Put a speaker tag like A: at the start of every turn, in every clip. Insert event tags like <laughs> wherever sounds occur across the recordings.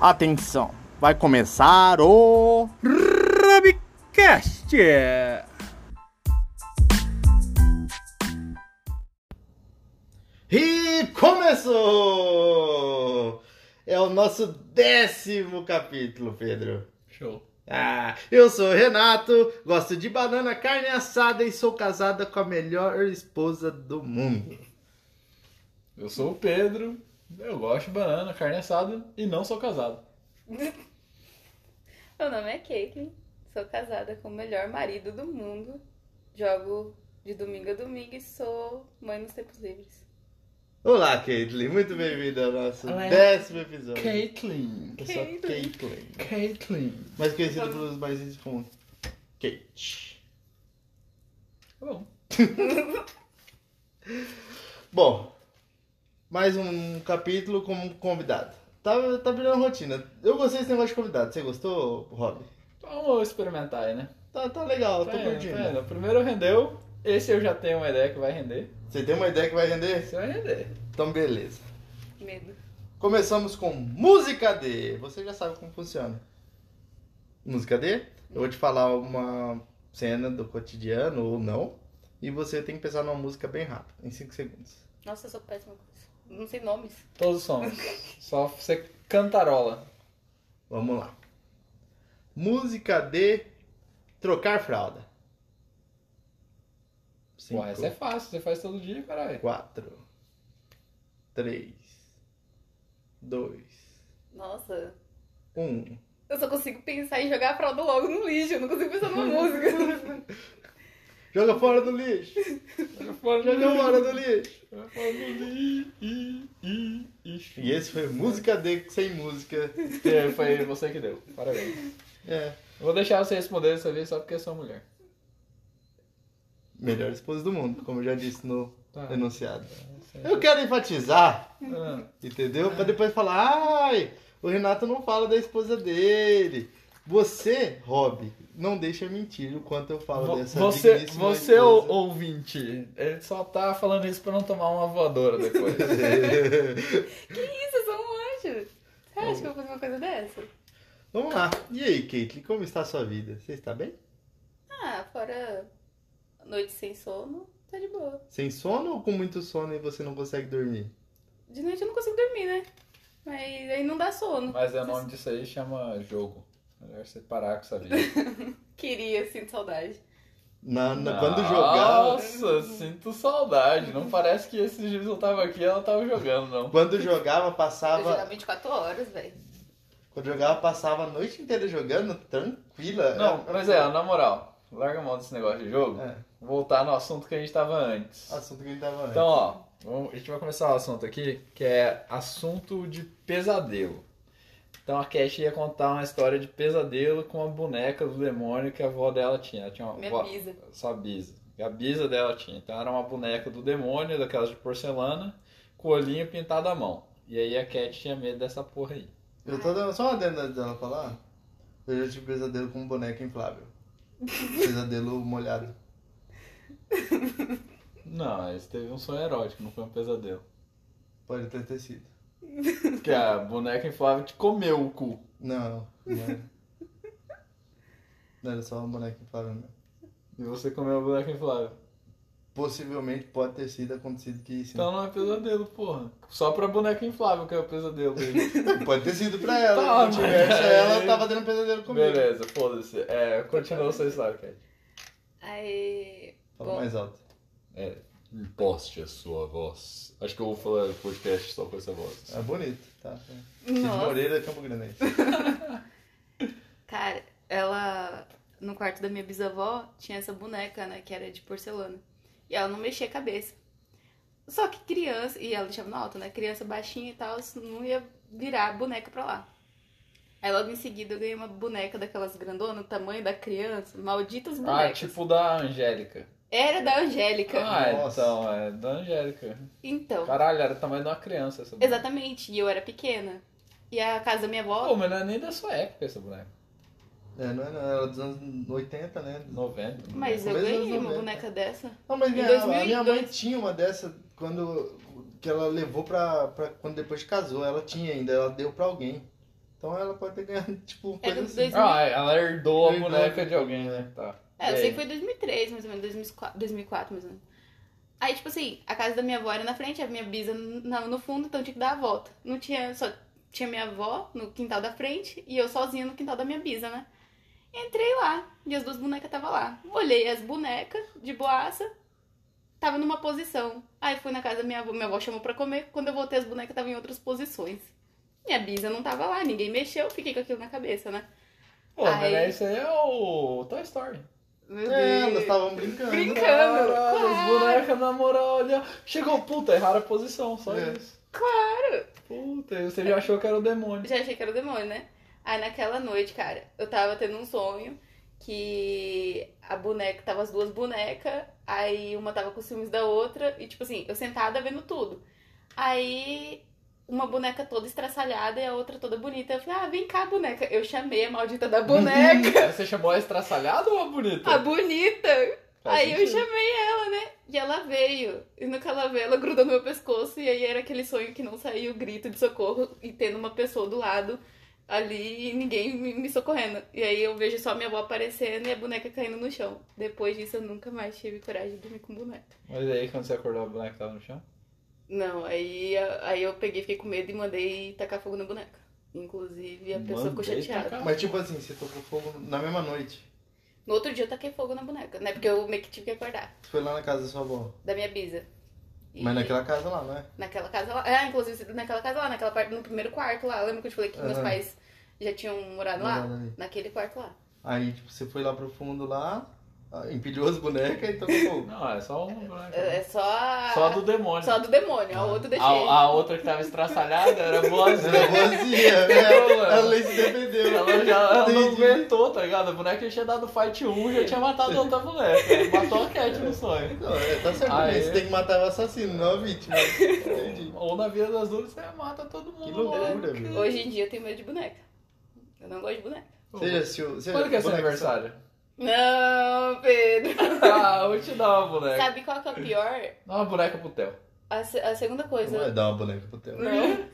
A: Atenção, vai começar o.
B: Rabicast!
A: E começou! É o nosso décimo capítulo, Pedro.
B: Show.
A: Ah, eu sou o Renato, gosto de banana, carne assada e sou casada com a melhor esposa do mundo.
B: Eu sou o Pedro, eu gosto de banana, carne assada e não sou casado.
C: Meu nome é Caitlin, sou casada com o melhor marido do mundo, jogo de domingo a domingo e sou mãe nos tempos livres.
A: Olá, Caitlin, muito bem-vinda ao nosso
B: Olá.
A: décimo episódio.
B: Caitlyn.
A: Eu sou a
C: Caitlin.
A: Caitlin,
B: Caitlyn.
A: mais conhecida pelos mais íntimos como Kate.
B: Tá bom.
A: Bom, mais um capítulo como convidado. Tá, tá virando rotina. Eu gostei desse negócio de convidado. Você gostou, Rob?
B: Então, Vamos experimentar aí, né?
A: Tá, tá legal, tô
B: Tá indo,
A: curtindo.
B: tá indo. O primeiro rendeu, esse eu já tenho uma ideia que vai render.
A: Você tem uma ideia que vai render?
B: Esse vai render.
A: Então, beleza.
C: Medo.
A: Começamos com música D. Você já sabe como funciona. Música D, eu vou te falar uma cena do cotidiano ou não. E você tem que pensar numa música bem rápido, em 5 segundos.
C: Nossa, eu sou péssima com isso. Não sei nomes.
B: Todos somos. Só você cantarola.
A: Vamos lá. Música de trocar fralda.
B: Pô,
A: Cinco,
B: essa é fácil, você faz todo dia, caralho.
A: quatro, três, dois,
C: Nossa,
A: um.
C: eu só consigo pensar em jogar a fralda logo no lixo, eu não consigo pensar numa música.
A: Joga fora do
B: <laughs>
A: lixo!
B: Joga fora do
A: Joga
B: lixo.
A: fora do lixo!
B: Joga fora do lixo. Ih, ih, ih.
A: E esse foi Música D sem música.
B: É, Foi você que deu. Parabéns.
A: É,
B: Vou deixar você responder dessa vez só porque eu sou mulher.
A: melhor esposa do mundo, como eu já disse no
B: Tá.
A: enunciado. Eu quero enfatizar,
B: Ah,
A: entendeu? Pra depois falar, ai, o Renato não fala da esposa dele. Você, Rob, não deixa mentir o quanto eu falo
B: vo-
A: dessa
B: você,
A: digníssima
B: você é
A: esposa.
B: ou- ouvinte, ele só tá falando isso pra não tomar uma voadora
A: <laughs>
B: depois.
C: isso, eu sou um anjo. Você acha que eu vou fazer uma coisa dessa?
A: Vamos lá. E aí, Caitlyn, como está a sua vida? Você está bem?
C: Ah, fora noite sem sono, tá de boa.
A: Sem sono ou com muito sono e você não consegue dormir?
C: De noite eu não consigo dormir, né? Mas aí não dá sono.
B: Mas é o nome disso aí chama jogo. Melhor você parar com essa vida.
C: Queria, sinto saudade.
A: Na, na- quando jogar,
B: Nossa, sinto saudade. Não parece que esses dias eu tava aqui e ela tava jogando, não.
A: quando jogava
C: Eu jogava
A: passava,
C: 24 horas, velho.
A: quando jogava passava a noite inteira jogando tranquila.
B: Não, mas é, na moral, larga a mão desse negócio de jogo.
A: É.
B: Voltar no assunto que a gente tava antes.
A: assunto que a gente tava antes.
B: Então, ó, vamos- a gente vai começar o assunto aqui, que é assunto de pesadelo. Então a Cash ia contar uma história de pesadelo com a boneca do demônio que a avó dela tinha. Ela tinha uma
C: Minha
B: avó,
C: bisa.
B: Sua bisa. E a bisa dela tinha. Então era uma boneca do demônio, daquelas de porcelana, com o olhinho pintado à mão. E aí a Cat tinha medo dessa porra aí.
A: Eu tô dando só uma dentro dela falar. Eu já tive pesadelo com um boneco inflável. Pesadelo molhado.
B: Não, esse teve um sonho erótico, não foi um <laughs> pesadelo.
A: Pode ter ter sido.
B: Porque a boneca inflável te comeu o cu.
A: Não, não era. Não era só um boneco inflável mesmo.
B: E você comeu a boneca inflável.
A: Possivelmente pode ter sido acontecido que sim.
B: Então não é pesadelo, porra. Só pra boneca inflável que é o pesadelo. dele.
A: Pode ter sido pra ela.
B: Tá,
A: se
B: mas-
A: tivesse ela, tava tendo pesadelo comigo.
B: Beleza, foda-se. É, continua sua história, Cat.
C: Aí.
A: Fala
C: Bom.
A: mais alto.
B: É, imposte a sua voz. Acho que eu vou falar podcast só com essa voz.
A: É bonito, tá? Cid
C: Nossa.
A: Moreira, Campo Grande. é
C: Cara, ela. No quarto da minha bisavó tinha essa boneca, né? Que era de porcelana. E ela não mexia a cabeça. Só que criança. E ela deixava no alto, né? Criança baixinha e tal, não ia virar a boneca pra lá. Aí logo em seguida eu ganhei uma boneca daquelas grandonas, do tamanho da criança. Malditas
B: Ah,
C: bonecas.
B: tipo da Angélica.
C: Era da Angélica.
B: Ah,
A: Nossa.
B: então, é da Angélica.
C: Então.
B: Caralho, era o tamanho de uma criança essa boneca.
C: Exatamente. E eu era pequena. E a casa da minha avó.
B: Pô, mas não é nem da sua época essa boneca.
A: É, não é não, era dos anos 80, né?
B: 90.
C: Mas eu
A: Começo dos
C: ganhei uma
A: 90.
C: boneca dessa.
A: Não, mas
C: Em
A: minha, a
C: 2002.
A: minha mãe tinha uma dessa quando que ela levou pra, pra quando depois casou. Ela tinha ainda, ela deu pra alguém. Então Então ela pode ter ganhado, <laughs> tipo,
C: É
A: coisa
C: dos
A: assim.
C: dois-
B: Ah, ela herdou a
A: Herdou.
B: boneca de alguém, né? Tá.
C: É, eu
B: E
C: sei
B: aí?
C: que foi 2003, mais ou menos, 2004, 2004 mais ou menos. Aí, tipo assim, a casa da minha avó era na frente, a minha bisa no, no fundo, então tinha que dar a volta. Não tinha, só tinha minha avó no quintal da frente e eu sozinha no quintal da minha bisa, né? Entrei lá e as duas bonecas estavam lá. Olhei as bonecas de boaça, tava numa posição. Aí fui na casa da minha avó, minha avó chamou pra comer. Quando eu voltei, as bonecas estavam em outras posições. Minha bisa não tava lá, ninguém mexeu, fiquei com aquilo na cabeça, né?
B: Pô, mas
C: Aí-
B: né, isso aí é o Toy Story.
C: Meu
A: É, elas
C: Deus.
A: estavam brincando.
C: Brincando.
B: Caralho, as
C: claro.
B: bonecas na moral ali, ó. Chegou, puta, erraram a posição, só
A: É.
B: isso. Puta, você já achou que era o demônio.
C: Já achei que era o demônio, né? Aí naquela noite, cara, eu tava tendo um sonho que a boneca, tava as duas bonecas, aí uma tava com ciúmes da outra, e tipo assim, eu sentada vendo tudo. Aí uma boneca toda estraçalhada e a outra toda bonita. Eu falei, ah, vem cá, boneca. Eu chamei a maldita da
B: <laughs>
C: boneca,
B: Você chamou a estraçalhada ou a bonita?
C: a bonita.
B: Faz
C: Ah, aí eu
B: sentido.
C: chamei ela, né? E ela veio. E no que ela veio, ela grudou no meu pescoço. E aí era aquele sonho que não saía o grito de socorro e tendo uma pessoa do lado ali e ninguém me, me socorrendo. E aí eu vejo só minha avó aparecendo e a boneca caindo no chão. Depois disso, eu nunca mais tive coragem de dormir com boneca.
B: Mas aí quando você acordou, a boneca tava no chão?
C: Não, aí, aí eu peguei, fiquei com medo e mandei tacar fogo na boneca. Inclusive, a pessoa ficou
B: Mandei
C: chateada.
B: tacar.
A: Mas tipo assim, você tocou fogo na mesma noite.
C: No outro dia, eu taquei fogo na boneca, né? Porque eu meio que tive que acordar
A: Você foi lá na casa da sua avó.
C: da minha bisa. E-
A: Mas naquela casa lá, não é?
C: Naquela casa lá. É, inclusive naquela casa lá, naquela parte, no primeiro quarto lá. Lembra que eu te falei que meus
A: Aham.
C: pais já tinham morado lá?
A: Morava ali.
C: Naquele quarto lá.
A: Aí tipo, você foi lá pro fundo lá, ah, empilhou as bonecas e tocou
B: <laughs>
A: fogo.
B: Não, é só uma boneca.
C: É é só a...
B: Só a do demônio.
C: Só a do demônio, a outra eu
B: a,
C: deixei.
B: a outra que tava estraçalhada era boazinha.
A: Era boazinha,
B: Não,
A: né?
B: mano.
A: A lei se defendeu.
B: Ela já ela não
A: Entendi.
B: aguentou, tá ligado? A boneca já tinha dado fight 1 já tinha matado a outra boneca. Aí Matou a Cat no sonho.
A: Não, é, tá certo,
B: Aí-
A: né? você tem que matar o assassino, não a vítima. Entendi.
B: Ou na vida das duas você mata todo mundo.
A: Que loucura,
B: mano.
A: meu.
C: Hoje em dia eu tenho medo de boneca. Eu não gosto de boneca.
A: Você já assistiu. você já-
B: Quando que é seu
A: boneca-
B: aniversário?
C: Não, Pedro.
B: <laughs> Ah, vou te dar uma boneca.
C: Sabe qual que é o pior?
B: Dá uma boneca pro Theo.
C: A, se- a segunda coisa.
A: Não é dar uma boneca pro Theo.
C: Não.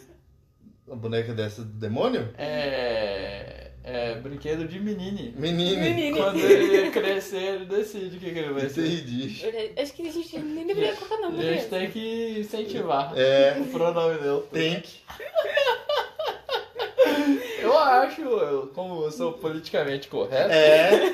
A: Uma boneca dessa do demônio?
B: É. É. Brinquedo de menine.
A: Menino.
C: Menino.
B: Quando ele crescer, ele decide o que, que ele vai ser.
A: Entendi.
C: Eu já- Acho que a gente nem deveria colocar
B: A
C: nome
B: gente
C: dele.
B: tem que incentivar.
A: É,
B: O pronome dele.
A: tem
B: <laughs>
A: que.
B: Eu acho, eu, como eu sou politicamente correto,
A: É,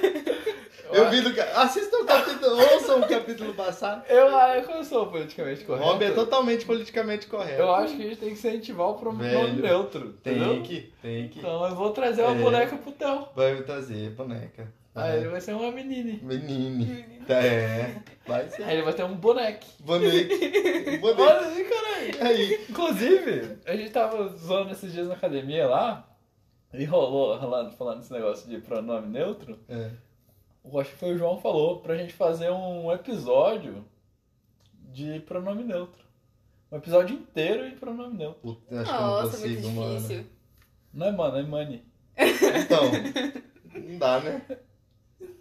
B: eu,
A: eu
B: acho-
A: vi no. ca- Assista o capítulo. Ouça o capítulo passado.
B: eu acho que eu sou politicamente
A: O
B: correto.
A: Rob é totalmente politicamente correto.
B: Eu acho que a gente tem que incentivar o pronome
A: Velho,
B: neutro.
A: Tem
B: entendeu?
A: que, tem que.
B: Então eu vou trazer uma
A: É.
B: boneca pro Theo.
A: Vai trazer boneca.
B: Aí ele vai ser uma menine.
A: Menino. Tá, é. Vai ser.
B: Aí ele vai ter um boneco. <laughs>
A: Boneque. Boneque.
B: Olha aí, caralho.
A: Aí.
B: Inclusive, a gente tava zoando esses dias na academia lá. E rolou, rolando, falando esse negócio de pronome neutro.
A: É.
B: Eu acho que foi o João que falou pra gente fazer um episódio de pronome neutro. Um episódio inteiro em pronome neutro.
A: Puta, acho que eu não
C: Nossa,
A: consigo,
C: muito
A: mano.
C: difícil.
B: Não é, mano? É money.
A: Então, não dá, né?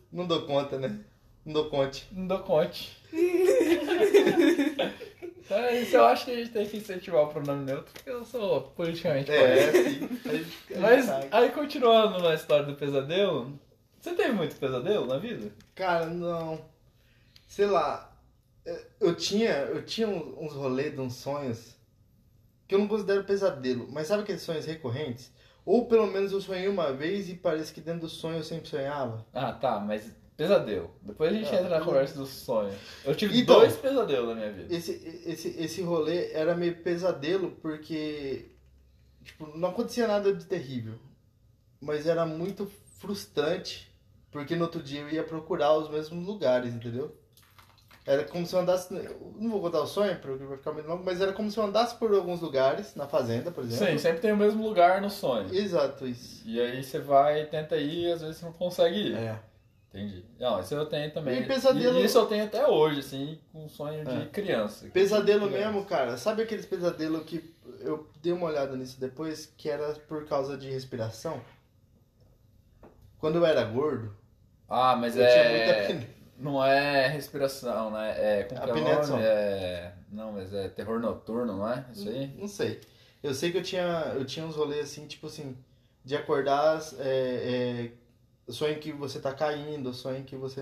A: Não dou conta, né? Não dou conta.
B: Não dou conte. então é isso. Eu acho que a gente tem que incentivar o pronome neutro, porque eu sou politicamente
A: É,
B: correto.
A: é sim. A gente- a
B: Mas
A: gente sabe.
B: aí, continuando na história do pesadelo, você teve muito pesadelo na vida?
A: Cara, não. Sei lá. é, Eu tinha, eu tinha uns uns rolês de uns sonhos que eu não considero pesadelo, mas sabe aqueles sonhos recorrentes? Ou pelo menos eu sonhei uma vez e parece que dentro do sonho eu sempre sonhava.
B: Ah, tá, mas pesadelo. Depois a gente
A: Ah,
B: entra na
A: pesadelo.
B: conversa dos sonhos. Eu tive
A: Então-
B: dois pesadelos na minha vida.
A: Esse, esse, esse rolê era meio pesadelo porque tipo, não acontecia nada de terrível. Mas era muito frustrante porque no outro dia eu ia procurar os mesmos lugares, entendeu? Era como se eu andasse. eu Não vou contar o sonho porque vai ficar muito longo, mas era como se eu andasse por alguns lugares, na fazenda, por exemplo.
B: Sim, sempre tem o mesmo lugar no sonho.
A: Exato, isso.
B: E aí você vai, tenta ir e às vezes você não consegue ir.
A: É.
B: Entendi. Não, isso eu tenho também.
A: E pesadelo-
B: E isso eu tenho até hoje, assim, com um sonho de
A: É.
B: criança.
A: Pesadelo
B: Criança.
A: mesmo, cara. Sabe aqueles pesadelo que eu dei uma olhada nisso depois, que era por causa de respiração? Quando eu era gordo,
B: Ah, mas
A: eu
B: é.
A: tinha muita apne-
B: Não é respiração, né? É. Como que é o
A: Apneia de
B: nome?
A: sono.
B: É. Não, mas é terror noturno, não é? Isso aí?
A: Não sei. Eu sei que eu tinha, eu tinha uns rolês assim, tipo assim, de acordar, é, é, sonho que você tá caindo, sonho que você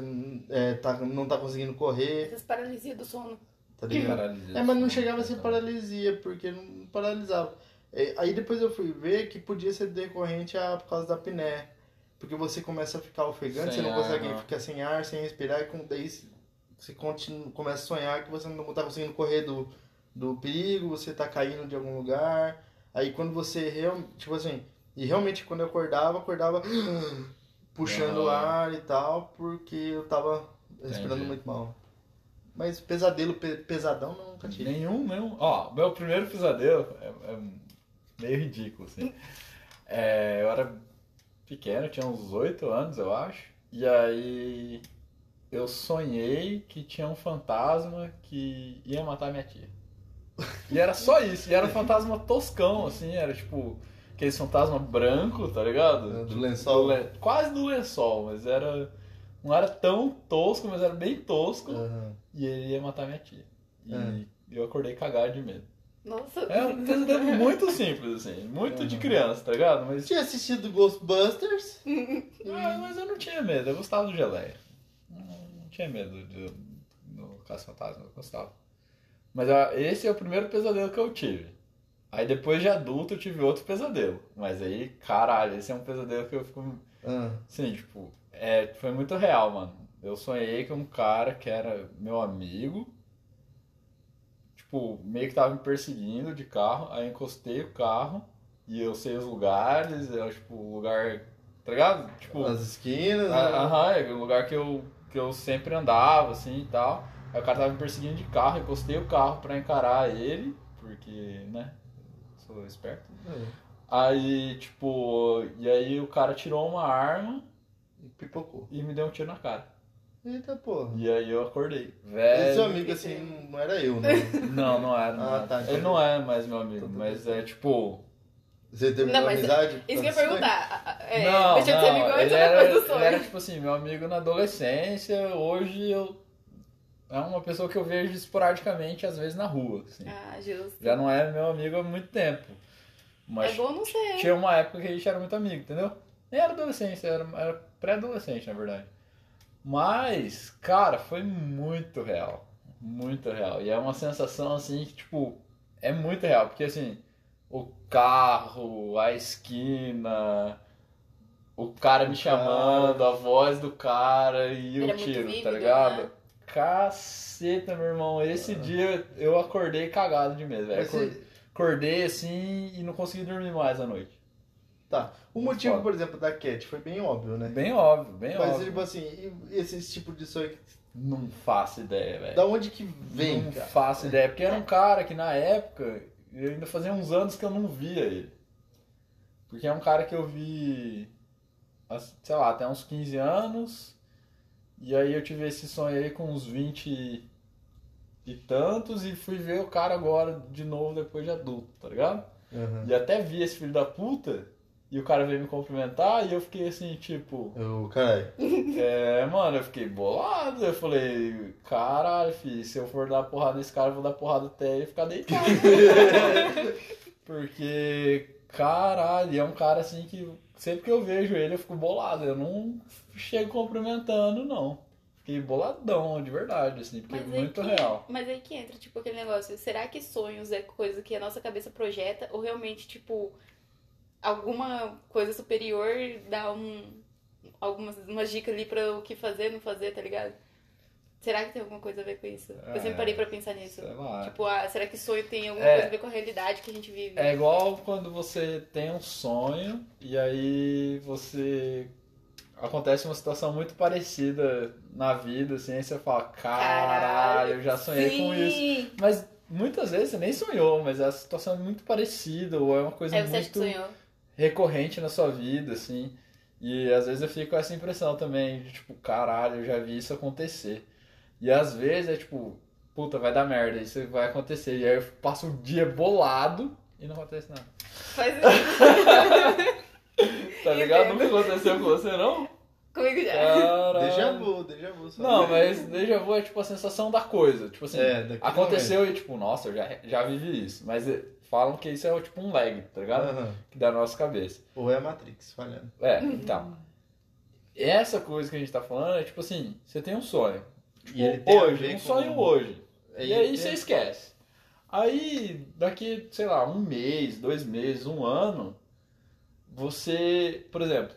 A: é, tá, não tá conseguindo correr,
C: Essas paralisias do sono.
A: tá ligado? É, mas
B: assim,
A: não chegava a ser
B: né?
A: paralisia, porque não paralisava. É, Aí depois eu fui ver que podia ser decorrente a, por causa da apneia. Porque você começa a ficar ofegante,
B: Sem
A: você não
B: ar,
A: consegue
B: não.
A: ficar sem ar, sem respirar, e com, daí se- você continua, começa a sonhar que você não tá conseguindo correr do, do perigo, você tá caindo de algum lugar. Aí quando você realmente. Tipo assim, e realmente quando eu acordava, acordava <gasps> puxando o
B: Aham.
A: ar e tal, porque eu tava respirando
B: Entendi.
A: muito mal. Mas pesadelo pe- pesadão não nunca tive.
B: Nenhum, nenhum. Ó, meu primeiro pesadelo é, é meio ridículo, assim. É, eu era pequeno, tinha uns 8 anos, eu acho. E aí eu sonhei que tinha um fantasma que ia matar minha tia. E era só isso. E era um fantasma toscão, assim. Era tipo aquele fantasma branco, tá ligado?
A: Ah, É, Do lençol.
B: Do len- Quase do lençol, mas era... Não era tão tosco, mas era bem tosco.
A: Aham.
B: E ele ia matar minha tia. E
A: É.
B: eu acordei cagado de medo.
C: Nossa.
B: É um pesadelo <laughs> muito simples, assim. Muito de
A: Uhum.
B: criança, tá ligado? Mas,
A: tinha assistido Ghostbusters.
B: Ah, mas eu não tinha medo. Eu gostava do geleia. Não, não tinha medo do, do caça-fantasma. Eu gostava. Mas ah, esse é o primeiro pesadelo que eu tive. Aí depois de adulto eu tive outro pesadelo. Mas aí, caralho, esse é um pesadelo que eu fico
A: Ah,
B: Sim, tipo, é, foi muito real, mano. Eu sonhei com um cara que era meu amigo, tipo, meio que tava me perseguindo de carro, aí eu encostei o carro e eu sei os lugares, é tipo, o lugar, tá ligado? Tipo,
A: As esquinas. né?
B: ah, Aham, é um lugar que eu, que eu sempre andava, assim e tal. Aí o cara tava me perseguindo de carro, eu encostei o carro pra encarar ele, porque, né, sou esperto.
A: né?
B: Aí, tipo, e aí o cara tirou uma arma.
A: É. Pipocou.
B: E me deu um tiro na cara.
A: Eita porra.
B: E aí eu acordei.
A: Esse seu
B: Velho.
A: amigo assim não era eu, né?
B: É, <laughs> Não, não era. Não
A: Ah,
B: era.
A: tá,
B: Ele
A: entendi.
B: não é mais meu amigo,
A: Tudo
B: mas é tipo.
A: Você teve
C: Não, mas
A: amizade?
C: Isso que eu ia
A: Tá
C: perguntar. a- a- É,
B: não,
C: deixa de ser
B: não,
C: amigo antes
B: ele
C: ou
B: era,
C: depois do
B: ele era
C: sonho?
B: tipo assim, meu amigo na adolescência. Hoje eu. É uma pessoa que eu vejo esporadicamente, às vezes na rua. assim.
C: Ah, justo.
B: Já não é meu amigo há muito tempo. Mas
C: É bom não ser.
B: Tinha uma época que a gente era muito amigo, entendeu? Nem era adolescência, era, era pré-adolescente, na verdade. Mas, cara, foi muito real. Muito real. E é uma sensação assim que, tipo, é muito real. Porque assim, o carro, a esquina, o cara me chamando, a voz do cara e
C: Era
B: o
C: muito
B: tiro, tá
C: vívido,
B: ligado?
C: né?
B: Caceta, meu irmão. Esse
A: Ah.
B: dia eu acordei cagado de medo, velho.
A: Mas
B: Acordei-
A: você-
B: Acordei assim e não consegui dormir mais à noite.
A: O motivo,
B: Foda.
A: por exemplo, da Cat foi bem óbvio, né?
B: Bem óbvio, bem
A: Mas,
B: óbvio.
A: tipo assim, e esse tipo de sonho,
B: Não faço ideia, velho.
A: da onde que vem,
B: É. Não
A: cara?
B: faço ideia. Porque era um cara que na época, eu ainda fazia uns anos que eu não via ele. Porque é um cara que eu vi, assim, sei lá, até uns 15 anos. E aí eu tive esse sonho aí com uns 20 e tantos. E fui ver o cara agora de novo depois de adulto, tá ligado?
A: Aham.
B: E até vi esse filho da puta. E o cara veio me cumprimentar e eu fiquei assim, tipo.
A: Eu, caralho.
B: É, mano, eu fiquei bolado. Eu falei, caralho, filho, se eu for dar porrada nesse cara, eu vou dar porrada até ele ficar deitado. Porque, caralho, e é um cara assim que sempre que eu vejo ele, eu fico bolado. Eu não chego cumprimentando, não. Fiquei boladão, de verdade, assim, porque é
C: Mas aí
B: muito
C: que-
B: real.
C: Mas aí que entra, tipo, aquele negócio, será que sonhos é coisa que a nossa cabeça projeta ou realmente, tipo, alguma coisa superior dá um algumas umas dicas ali pra o que fazer, não fazer, tá ligado? Será que tem alguma coisa a ver com isso?
B: É.
C: Eu sempre parei pra pensar nisso.
B: Sei lá.
C: Tipo, ah, será que sonho tem alguma
B: É.
C: coisa a ver com a realidade que a gente vive?
B: É igual quando você tem um sonho e aí você acontece uma situação muito parecida na vida, assim, aí você fala, caralho, eu já sonhei com isso.
C: Sim!
B: Mas muitas vezes você nem sonhou, mas a situação é muito parecida, ou é uma coisa
C: Aí você acha que
B: muito
C: sonhou.
B: recorrente na sua vida, assim. E às vezes eu fico com essa impressão também, de, tipo, caralho, eu já vi isso acontecer. E às vezes é tipo, puta, vai dar merda, isso vai acontecer. E aí eu passo o dia bolado e não acontece nada.
C: Faz isso. <laughs>
B: Tá ligado? Nunca aconteceu com você, não?
C: Comigo já.
B: Caralho.
A: Déjà vu, déjà vu. só.
B: Não, mas déjà vu é tipo a sensação da coisa. Tipo assim,
A: É, daquele
B: aconteceu e tipo, nossa, eu já, já vivi isso. Mas eh, falam que isso é tipo um lag, tá ligado?
A: Aham.
B: Que dá na nossa cabeça.
A: Ou é a Matrix falhando.
B: É, então. Essa coisa que a gente tá falando é tipo assim, você tem um sonho. Tipo,
A: E ele tem a
B: hoje,
A: ver
B: um
A: com-
B: sonho hoje.
A: É,
B: E aí
A: ele
B: você
A: tem-
B: esquece. Aí, daqui, sei lá, um mês, dois meses, um ano, você, por exemplo,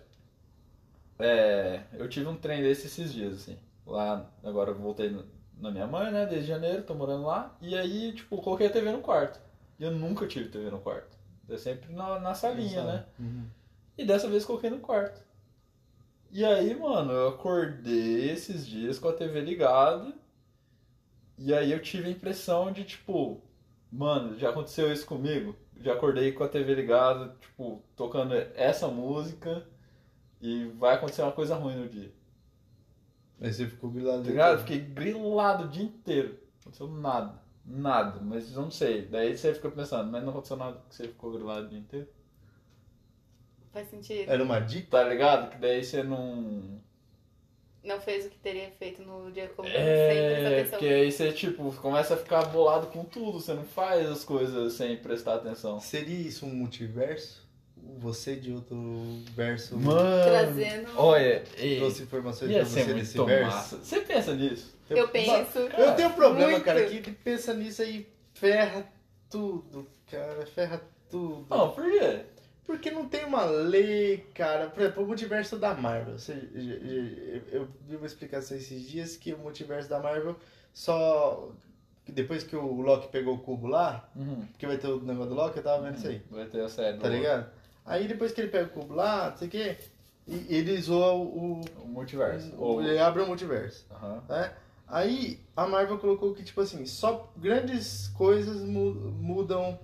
B: é, eu tive um trem desse esses dias, assim. Lá, agora eu voltei no- na minha mãe, né, desde janeiro, tô morando lá. E aí, tipo, eu coloquei a TV no quarto. E eu nunca tive TV no quarto. Eu sempre na, na salinha, né?
A: Uhum.
B: E dessa vez coloquei no quarto. E aí, mano, eu acordei esses dias com a TV ligada. E aí eu tive a impressão de, tipo, mano, já aconteceu isso comigo? Já acordei com a TV ligada, tipo, tocando essa música. E vai acontecer uma coisa ruim no dia.
A: Aí você ficou
B: Tá
A: grilado.
B: ligado? Fiquei grilado o dia inteiro. Não aconteceu nada. Nada. Mas eu não sei. Daí você fica pensando, mas não aconteceu nada que você ficou grilado o dia inteiro.
C: Faz sentido.
A: Era uma dica?
B: Tá ligado? Que daí você não.
C: Não fez o que teria feito no dia comum, sem prestar
B: É,
C: atenção.
B: porque aí você, tipo, começa a ficar bolado com tudo, você não faz as coisas sem prestar atenção.
A: Seria isso um multiverso? Você de outro verso
B: Mano,
C: Trazendo-
B: olha, e,
A: trouxe informações
B: ia
A: pra
B: ser
A: você
B: muito
A: desse verso?
B: massa. Você pensa nisso?
C: Eu penso.
A: Eu tenho um problema,
C: Muito.
A: cara, que pensa nisso aí, ferra tudo, cara, ferra tudo.
B: Não, por quê?
A: Porque não tem uma lei, cara. Por exemplo, o multiverso da Marvel. Você- eu- eu- Eu vi uma explicação esses dias que o multiverso da Marvel só. que Depois que o Loki pegou o cubo lá,
B: Uhum.
A: porque vai ter o negócio do Loki, eu tava vendo isso aí.
B: Vai ter a série
A: Tá
B: do-
A: ligado? Aí depois que ele pega o cubo lá, não sei o quê, e ele zoa o. o-
B: O multiverso. Ou...
A: o- Ele abre o multiverso.
B: Aham.
A: né? Aí a Marvel colocou que, tipo assim, só grandes coisas mu- mudam,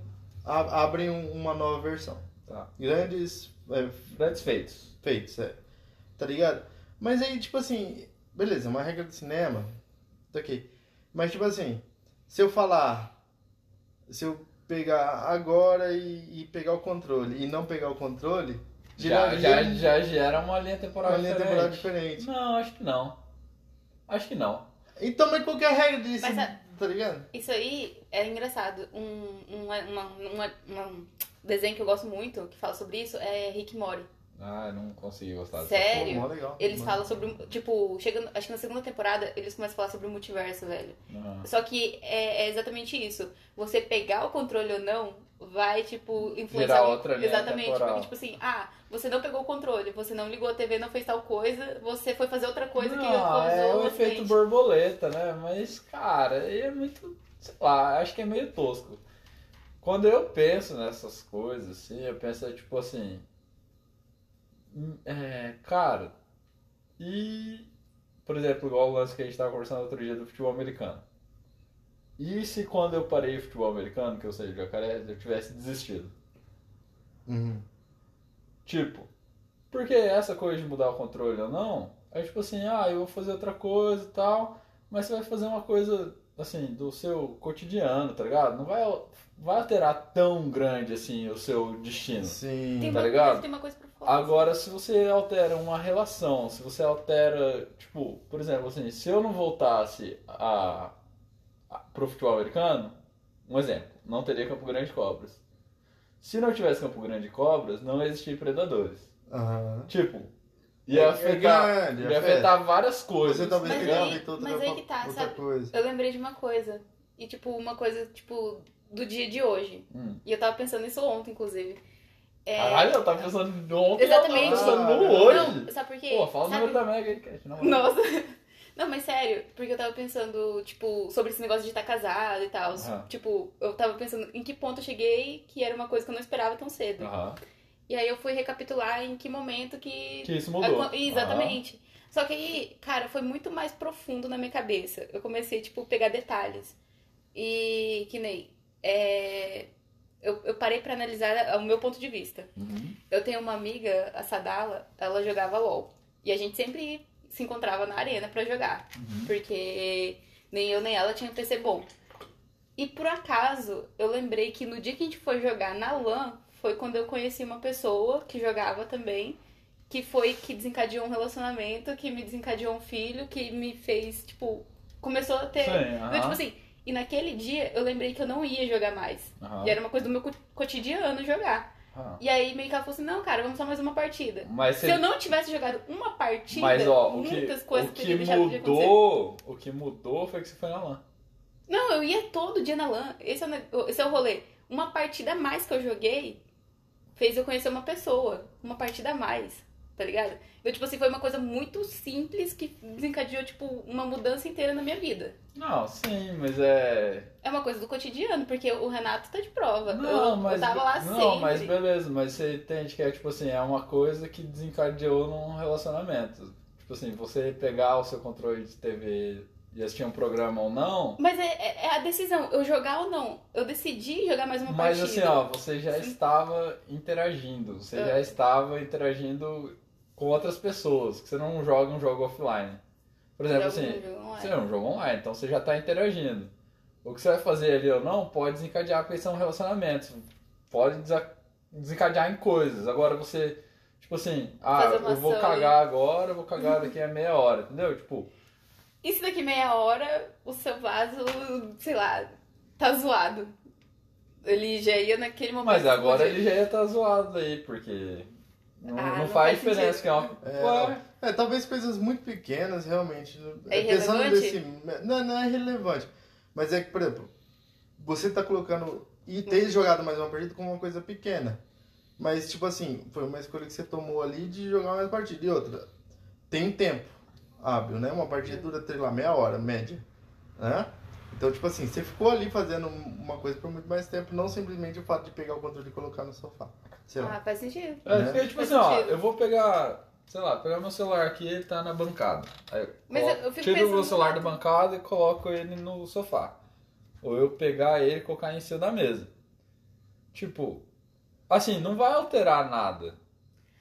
A: a- abrem um- uma nova versão.
B: Tá.
A: Grandes é,
B: Grandes feitos.
A: feitos, é. Tá ligado? Mas aí, tipo assim, beleza, uma regra do cinema, tá ok. Mas, tipo assim, se eu falar, se eu pegar agora e, e pegar o controle e não pegar o controle,
B: Já, já,
A: geraria
B: já gera uma linha temporal
A: uma linha
B: diferente.
A: temporal diferente.
B: Não, acho que não. Acho que não.
A: Então, mas qualquer regra disso,
C: Mas a-
A: tá ligado?
C: Isso aí é engraçado. Um, um, uma- uma- uma- um desenho que eu gosto muito, que fala sobre isso, é Rick Mori.
B: Ah, eu não consegui gostar dessa
C: Sério?
A: Pô, mó legal.
C: Eles
A: Mó-
C: falam sobre. Tipo, chegando, acho que na segunda temporada eles começam a falar sobre o multiverso, velho.
B: porra. Não.
C: Só que é, é exatamente isso. Você pegar o controle ou não vai, tipo, influenciar.
B: Gerar
C: no-
B: outra linha
C: Exatamente.
B: temporal.
C: Porque, tipo assim, ah, você não pegou o controle, você não ligou a TV, não fez tal coisa, você foi fazer outra coisa que
B: Não, é
C: causou um
B: o efeito
C: acidente.
B: borboleta, né? Mas, cara, ele é muito. Sei lá, acho que é meio tosco. Quando eu penso nessas coisas, assim, eu penso, tipo assim. hum, É, cara, e. Por exemplo, igual o lance que a gente tava conversando outro dia do futebol americano. E se quando eu parei o futebol americano, que eu sei de jacaré, eu tivesse desistido?
A: Uhum.
B: Tipo, porque essa coisa de mudar o controle ou não, é tipo assim, ah, eu vou fazer outra coisa e tal, mas você vai fazer uma coisa, assim, do seu cotidiano, tá ligado? Não vai, vai alterar tão grande, assim, o seu destino.
A: Sim.
C: Tem
B: Tá
C: uma
B: ligado?
C: coisa, tem uma coisa pra fora.
B: Agora, se você altera uma relação, se você altera, tipo, por exemplo, assim, se eu não voltasse a, a, pro futebol americano, um exemplo, não teria Campo Grande Cobras. Se não tivesse Campo Grande Cobras, não existiria predadores.
A: Aham.
B: Tipo, ia
A: É
B: afetar, tá
A: grande,
B: ia
A: afeta.
B: afetar várias coisas.
A: Você talvez
C: Mas
A: queria
C: aí-
A: ver toda
C: mas aí que tá,
A: outra
C: sabe?
A: coisa.
C: Eu lembrei de uma coisa. E, tipo, uma coisa, tipo, do dia de hoje.
B: Hum.
C: E eu tava pensando nisso ontem, inclusive. É...
B: Caralho, eu tava pensando no ontem, eu
C: Exatamente.
B: tava pensando no
A: Ah,
B: hoje.
C: Não, sabe por quê?
B: Pô, fala o
C: Sabe-
B: número da Mega aí, Cat. na moral.
C: Nossa. <laughs> Não, mas sério, porque eu tava pensando, tipo, sobre esse negócio de estar casado e tal.
B: Aham.
C: Tipo, eu tava pensando em que ponto eu cheguei que era uma coisa que eu não esperava tão cedo.
B: Aham.
C: E aí eu fui recapitular em que momento que.
B: Que isso mudou.
C: Acon- É Exatamente. Só que aí, cara, foi muito mais profundo na minha cabeça. Eu comecei, tipo, a pegar detalhes. E que nem. é, Eu, eu parei pra analisar o meu ponto de vista.
B: Aham. Uhum.
C: Eu tenho uma amiga, a Sadala, ela jogava LOL. E a gente sempre se encontrava na arena pra jogar.
B: Uhum.
C: Porque nem eu nem ela tinha um PC bom. E por acaso, eu lembrei que no dia que a gente foi jogar na LAN, foi quando eu conheci uma pessoa que jogava também, que foi que desencadeou um relacionamento, que me desencadeou um filho, que me fez, tipo, começou a ter.
B: Sim,
C: Então,
B: aham,
C: tipo assim, e naquele dia eu lembrei que eu não ia jogar mais.
B: aham,
C: E era uma coisa do meu co- cotidiano jogar.
B: aham.
C: E aí meio que ela falou assim, não, cara, vamos só mais uma partida.
B: Mas
C: Se
B: Ah. você-
C: eu não tivesse jogado uma partida,
B: Mas ó, o que,
C: muitas coisas
B: o que
C: teriam deixado de acontecer.
B: mudou, o que mudou foi que você foi na LAN.
C: Não, eu ia todo dia na LAN. Esse é, o ne- esse é o rolê. Uma partida a mais que eu joguei fez eu conhecer uma pessoa. Uma partida a mais, tá ligado? Eu, tipo assim, foi uma coisa muito simples que desencadeou, tipo, uma mudança inteira na minha vida.
B: Não, sim, mas é.
C: É uma coisa do cotidiano, porque o Renato tá de prova. eu,
B: Não,
C: eu
B: mas.
C: tava lá
B: não,
C: sempre.
B: mas beleza, mas você entende que é tipo assim, é uma coisa que desencadeou num relacionamento. Tipo assim, você pegar o seu controle de TV e assistir um programa ou não.
C: Mas é, é- é a decisão, eu jogar ou não. Eu decidi jogar mais uma
B: Mas assim,
C: partida.
B: ó, você já
C: Sim.
B: estava interagindo. Você
C: Ah.
B: já estava interagindo com outras pessoas. Que você não joga um jogo offline. Por exemplo, assim, Você é um jogo online, então você já tá interagindo. O que você vai fazer ali ou não pode desencadear, porque são relacionamentos. Pode desa- desencadear em coisas. Agora você, tipo assim, ah,
C: Fazer uma
B: eu vou
C: ação ali.
B: cagar agora, eu vou cagar daqui a meia hora, entendeu? Tipo,
C: Isso daqui meia hora, o seu vaso, sei lá, tá zoado. Ele já ia naquele momento.
B: mas agora
C: explodir.
B: ele já ia estar zoado aí, porque não,
C: Ah,
B: não
C: não
B: faz
C: faz
B: diferença
C: sentido.
B: que é uma.
A: É,
B: Ué,
A: É, talvez coisas muito pequenas, realmente.
C: É
A: pensando
C: irrelevante?
A: nesse- Não, não é relevante. Mas é que, por exemplo, você tá colocando. E
C: Uhum.
A: ter jogado mais uma partida como uma coisa pequena. Mas, tipo assim, foi uma escolha que você tomou ali de jogar mais partida. E outra, tem tempo hábil, né? Uma partida dura, sei lá, meia hora, média. Né? Então, tipo assim, você ficou ali fazendo uma coisa por muito mais tempo, não simplesmente o fato de pegar o controle e colocar no sofá. Sei lá.
C: Ah, faz sentido.
B: é,
A: Né?
B: porque, tipo
C: Faz
B: assim, ó,
C: sentido.
B: eu vou pegar, sei lá, pegar meu celular aqui, ele tá na bancada. Aí eu
C: Mas
B: coloco-
C: eu- eu fico
B: tiro o
C: pensando-
B: meu celular da bancada e coloco ele no sofá. Ou eu pegar ele e colocar em cima da mesa. Tipo, assim, não vai alterar nada.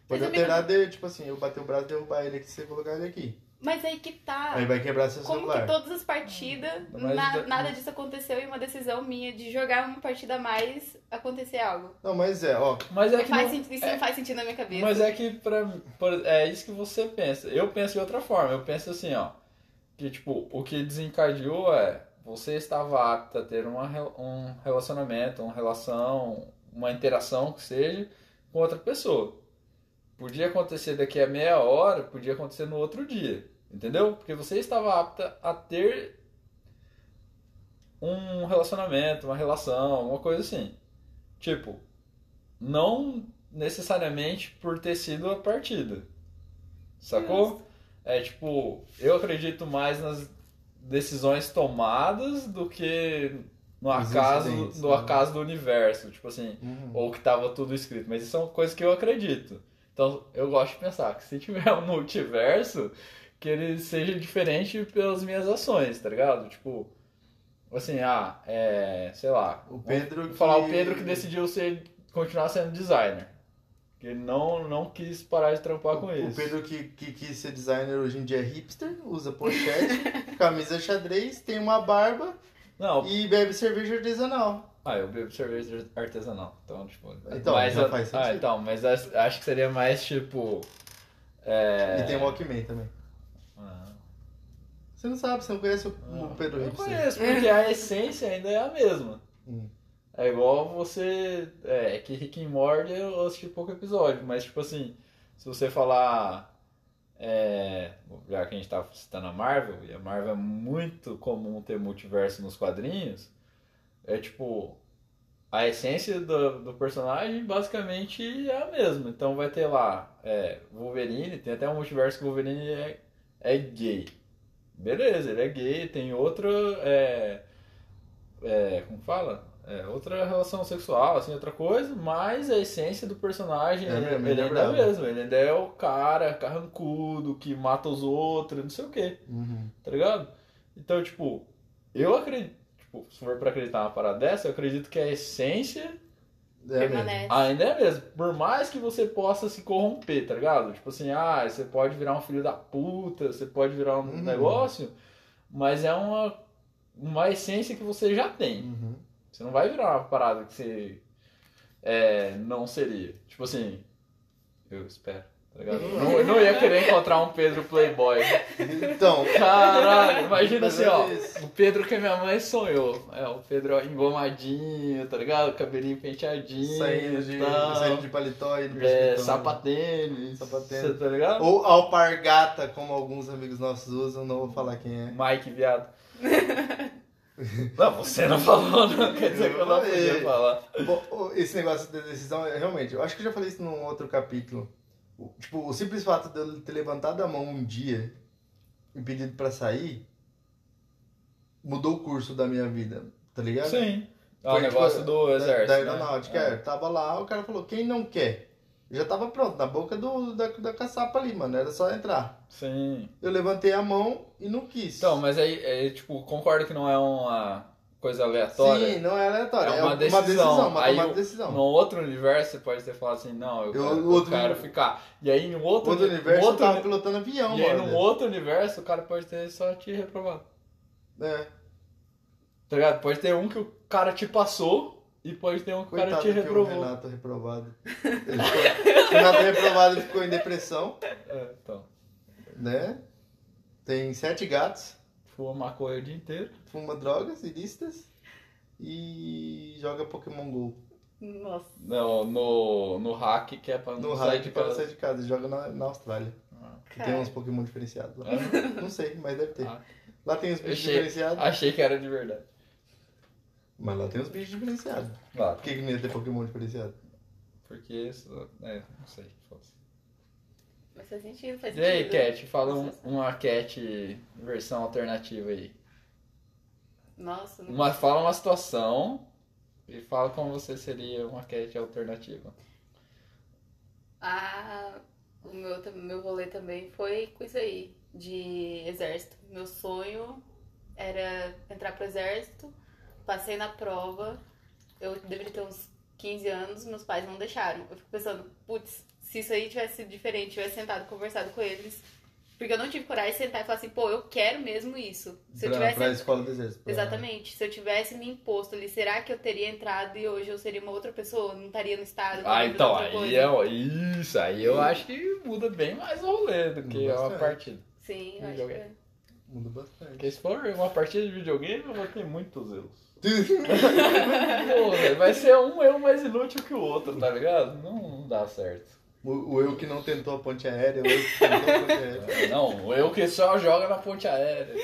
A: Pode
C: Mas, amigo-
A: alterar, de, tipo assim, eu bater o braço e derrubar ele aqui, você colocar ele aqui.
C: Mas aí que tá.
A: Aí vai quebrar seu
C: Como
A: celular.
C: que todas as partidas,
B: Hum. Mas
C: na-
B: da-
C: nada disso aconteceu e uma decisão minha de jogar uma partida a mais acontecer algo.
A: Não, mas é, ó.
B: Mas é
C: Não
B: que
C: faz
B: não-
C: sentido- isso não faz sentido na minha cabeça.
B: Mas é que pra, por- é isso que você pensa. Eu penso de outra forma. Eu penso assim, ó. Que tipo, o que desencadeou é você estava apta a ter uma, re- um relacionamento, uma relação, uma interação que seja com outra pessoa. Podia acontecer daqui a meia hora, podia acontecer no outro dia. Entendeu? Porque você estava apta a ter um relacionamento, uma relação, uma coisa assim. Tipo, não necessariamente por ter sido a partida. Sacou? É tipo, eu acredito mais nas decisões tomadas do que no
A: Nos
B: acaso,
A: incidentes,
B: no
A: né?
B: acaso do universo, tipo assim, ou que tava tudo escrito, mas isso são coisas que eu acredito. Então, eu gosto de pensar que se tiver um multiverso, que ele seja diferente pelas minhas ações, tá ligado? Tipo, assim, ah, é, sei lá,
A: O Pedro
B: Vou
A: que...
B: falar o Pedro que decidiu ser, continuar sendo designer. Que ele não, não quis parar de trampar com
A: O
B: isso.
A: Pedro que, que quis ser designer hoje em dia é hipster, usa
C: <laughs>
A: pochete, camisa xadrez, tem uma barba
B: Não,
A: e bebe cerveja artesanal.
B: ah, eu bebo cerveja artesanal. Então, tipo.
A: Então,
B: mas
A: já
B: eu-
A: faz
B: ah,
A: sentido.
B: então, mas as- acho que seria mais tipo. É...
A: E tem um Walkman também.
B: Ah.
A: Você não sabe, você não conhece o, o Pedro
B: Eu
A: hipster.
B: conheço, porque a essência ainda é a mesma.
A: Hum.
B: É igual você. É que Rick and Morty eu assisti pouco episódio, mas tipo assim, se você falar. É, já que a gente tá citando a Marvel, e a Marvel é muito comum ter multiverso nos quadrinhos, é tipo. A essência do, do personagem basicamente é a mesma. Então vai ter lá é, Wolverine, tem até um multiverso que o Wolverine é, é gay. Beleza, ele é gay, tem outra. É, é, como fala? É, outra relação sexual, assim, outra coisa, mas a essência do personagem
A: É
B: ele,
A: mesmo, ele
B: ele
A: é
B: ainda é
A: bravo.
B: o mesmo. Ele ainda é o cara carrancudo que mata os outros, não sei o quê,
A: Uhum.
B: tá ligado? Então, tipo, eu acredito. Tipo, se for pra acreditar numa parada dessa, eu acredito que a essência
A: É mesmo.
C: Permanece.
B: ainda é a mesma. Por mais que você possa se corromper, tá ligado? Tipo assim, ah, você pode virar um filho da puta, você pode virar um
A: Uhum.
B: negócio, mas é uma, uma essência que você já tem.
A: Uhum.
B: Você não vai virar uma parada que você é, não seria. Tipo assim, eu espero. Tá ligado? Não, não ia querer encontrar um Pedro Playboy. <laughs>
A: Então,
B: Caralho, imagina
A: Mas
B: assim,
A: é
B: ó.
A: isso.
B: O Pedro que a minha mãe sonhou. É, o Pedro engomadinho, tá ligado? Cabelinho penteadinho.
A: saindo de,
B: tal.
A: saindo de paletó e no
B: Então. É,
A: pescoço.
B: sapatênis.
A: Sapatênis.
B: Sapatênis. Tá ligado?
A: Ou alpargata, como alguns amigos nossos usam, não vou falar quem é.
B: Mike,
A: <laughs>
B: viado. não, você não falou, não. Quer dizer que eu não podia
A: Eu falei.
B: falar.
A: Bom, o- esse negócio da decisão, é- realmente, eu acho que eu já falei isso num outro capítulo. O- Tipo, o simples fato de eu ter levantado a mão um dia e pedido pra sair mudou o curso da minha vida, tá ligado?
B: Sim. É o
A: Foi,
B: negócio
A: tipo,
B: do
A: Da-
B: exército.
A: Da
B: né?
A: aeronáutica, é. Tava lá, o cara falou, quem não quer? Eu já tava pronto, na boca do, da, da caçapa ali, mano, era só entrar.
B: Sim.
A: Eu levantei a mão e não quis.
B: Então, mas aí, é, tipo, concordo que não é uma coisa aleatória.
A: Sim, não era aleatório,
B: É
A: é
B: uma
A: uma
B: decisão.
A: decisão, uma
B: Aí
A: tomada
B: o-
A: de decisão.
B: No outro universo, você pode ter falado assim, não, eu,
A: Eu-
B: quero, eu
A: outro-
B: quero ficar. E aí, no
A: No
B: outro,
A: outro
B: no
A: universo, tá
B: outro-
A: eu tava pilotando avião,
B: e aí,
A: mano.
B: no outro universo, o cara pode ter só te reprovado.
A: É.
B: Tá ligado? Pode ter um que o cara te passou e pode ter um que o
A: Coitado
B: cara te
A: que
B: reprovou.
A: o Renato é reprovado. Ele ficou, o Renato é reprovado ficou em depressão,
B: É, então,
A: né? Tem sete gatos,
B: fuma maconha o dia inteiro.
A: fuma drogas ilícitas e joga Pokémon GO.
C: Nossa.
B: Não, no, no hack que é pra
A: No
B: não sair
A: raio
B: de
A: que para
B: casa.
A: sair de casa, joga na, na Austrália.
B: Ah,
A: Que tem
C: Cara.
A: uns Pokémon diferenciados lá. Não sei, mas deve ter.
B: Ah.
A: Lá tem os
B: eu
A: bichos
B: achei,
A: diferenciados.
B: achei que era de verdade.
A: Mas lá tem os bichos diferenciados.
B: Claro.
A: Por que, que não ia ter Pokémon diferenciado?
B: Porque isso. É, não sei. foda-se.
C: Mas faz sentido, faz
B: E aí,
C: sentido.
B: Cat, fala um- uma Cat versão alternativa aí.
C: Nossa, não
B: Uma, fala uma situação e fala como você seria uma Cat alternativa.
C: Ah, o meu, tam- meu rolê também foi com isso aí, de exército. Meu sonho era entrar pro exército, passei na prova, eu deveria ter uns 15 anos, meus pais não deixaram. Eu fico pensando, putz, se isso aí tivesse sido diferente, tivesse sentado, conversado com eles, porque eu não tive coragem de sentar e falar assim, pô, eu quero mesmo isso. Se eu
A: pra,
C: tivesse
A: pra escola do exército. pra-
B: né?
C: Exatamente. Se eu tivesse me imposto ali, será que eu teria entrado e hoje eu seria uma outra pessoa? Não estaria no estado?
B: Ah,
C: estaria fazendo
B: então,
C: outra
B: aí
C: coisa?
B: é, isso, aí eu acho que muda bem mais o rolê do que uma
A: Bastante.
B: partida.
C: Sim,
B: Um
C: eu acho
B: jogo
C: que
B: é.
C: é.
A: Muda bastante.
B: Porque se for uma partida de videogame, eu vou ter muitos erros. Pô, velho, vai ser um eu mais inútil que o outro, tá ligado? Não, não dá certo.
A: O, o eu que não tentou a ponte aérea, o eu que tentou a ponte aérea.
B: <laughs> Não, um eu que só joga na ponte aérea.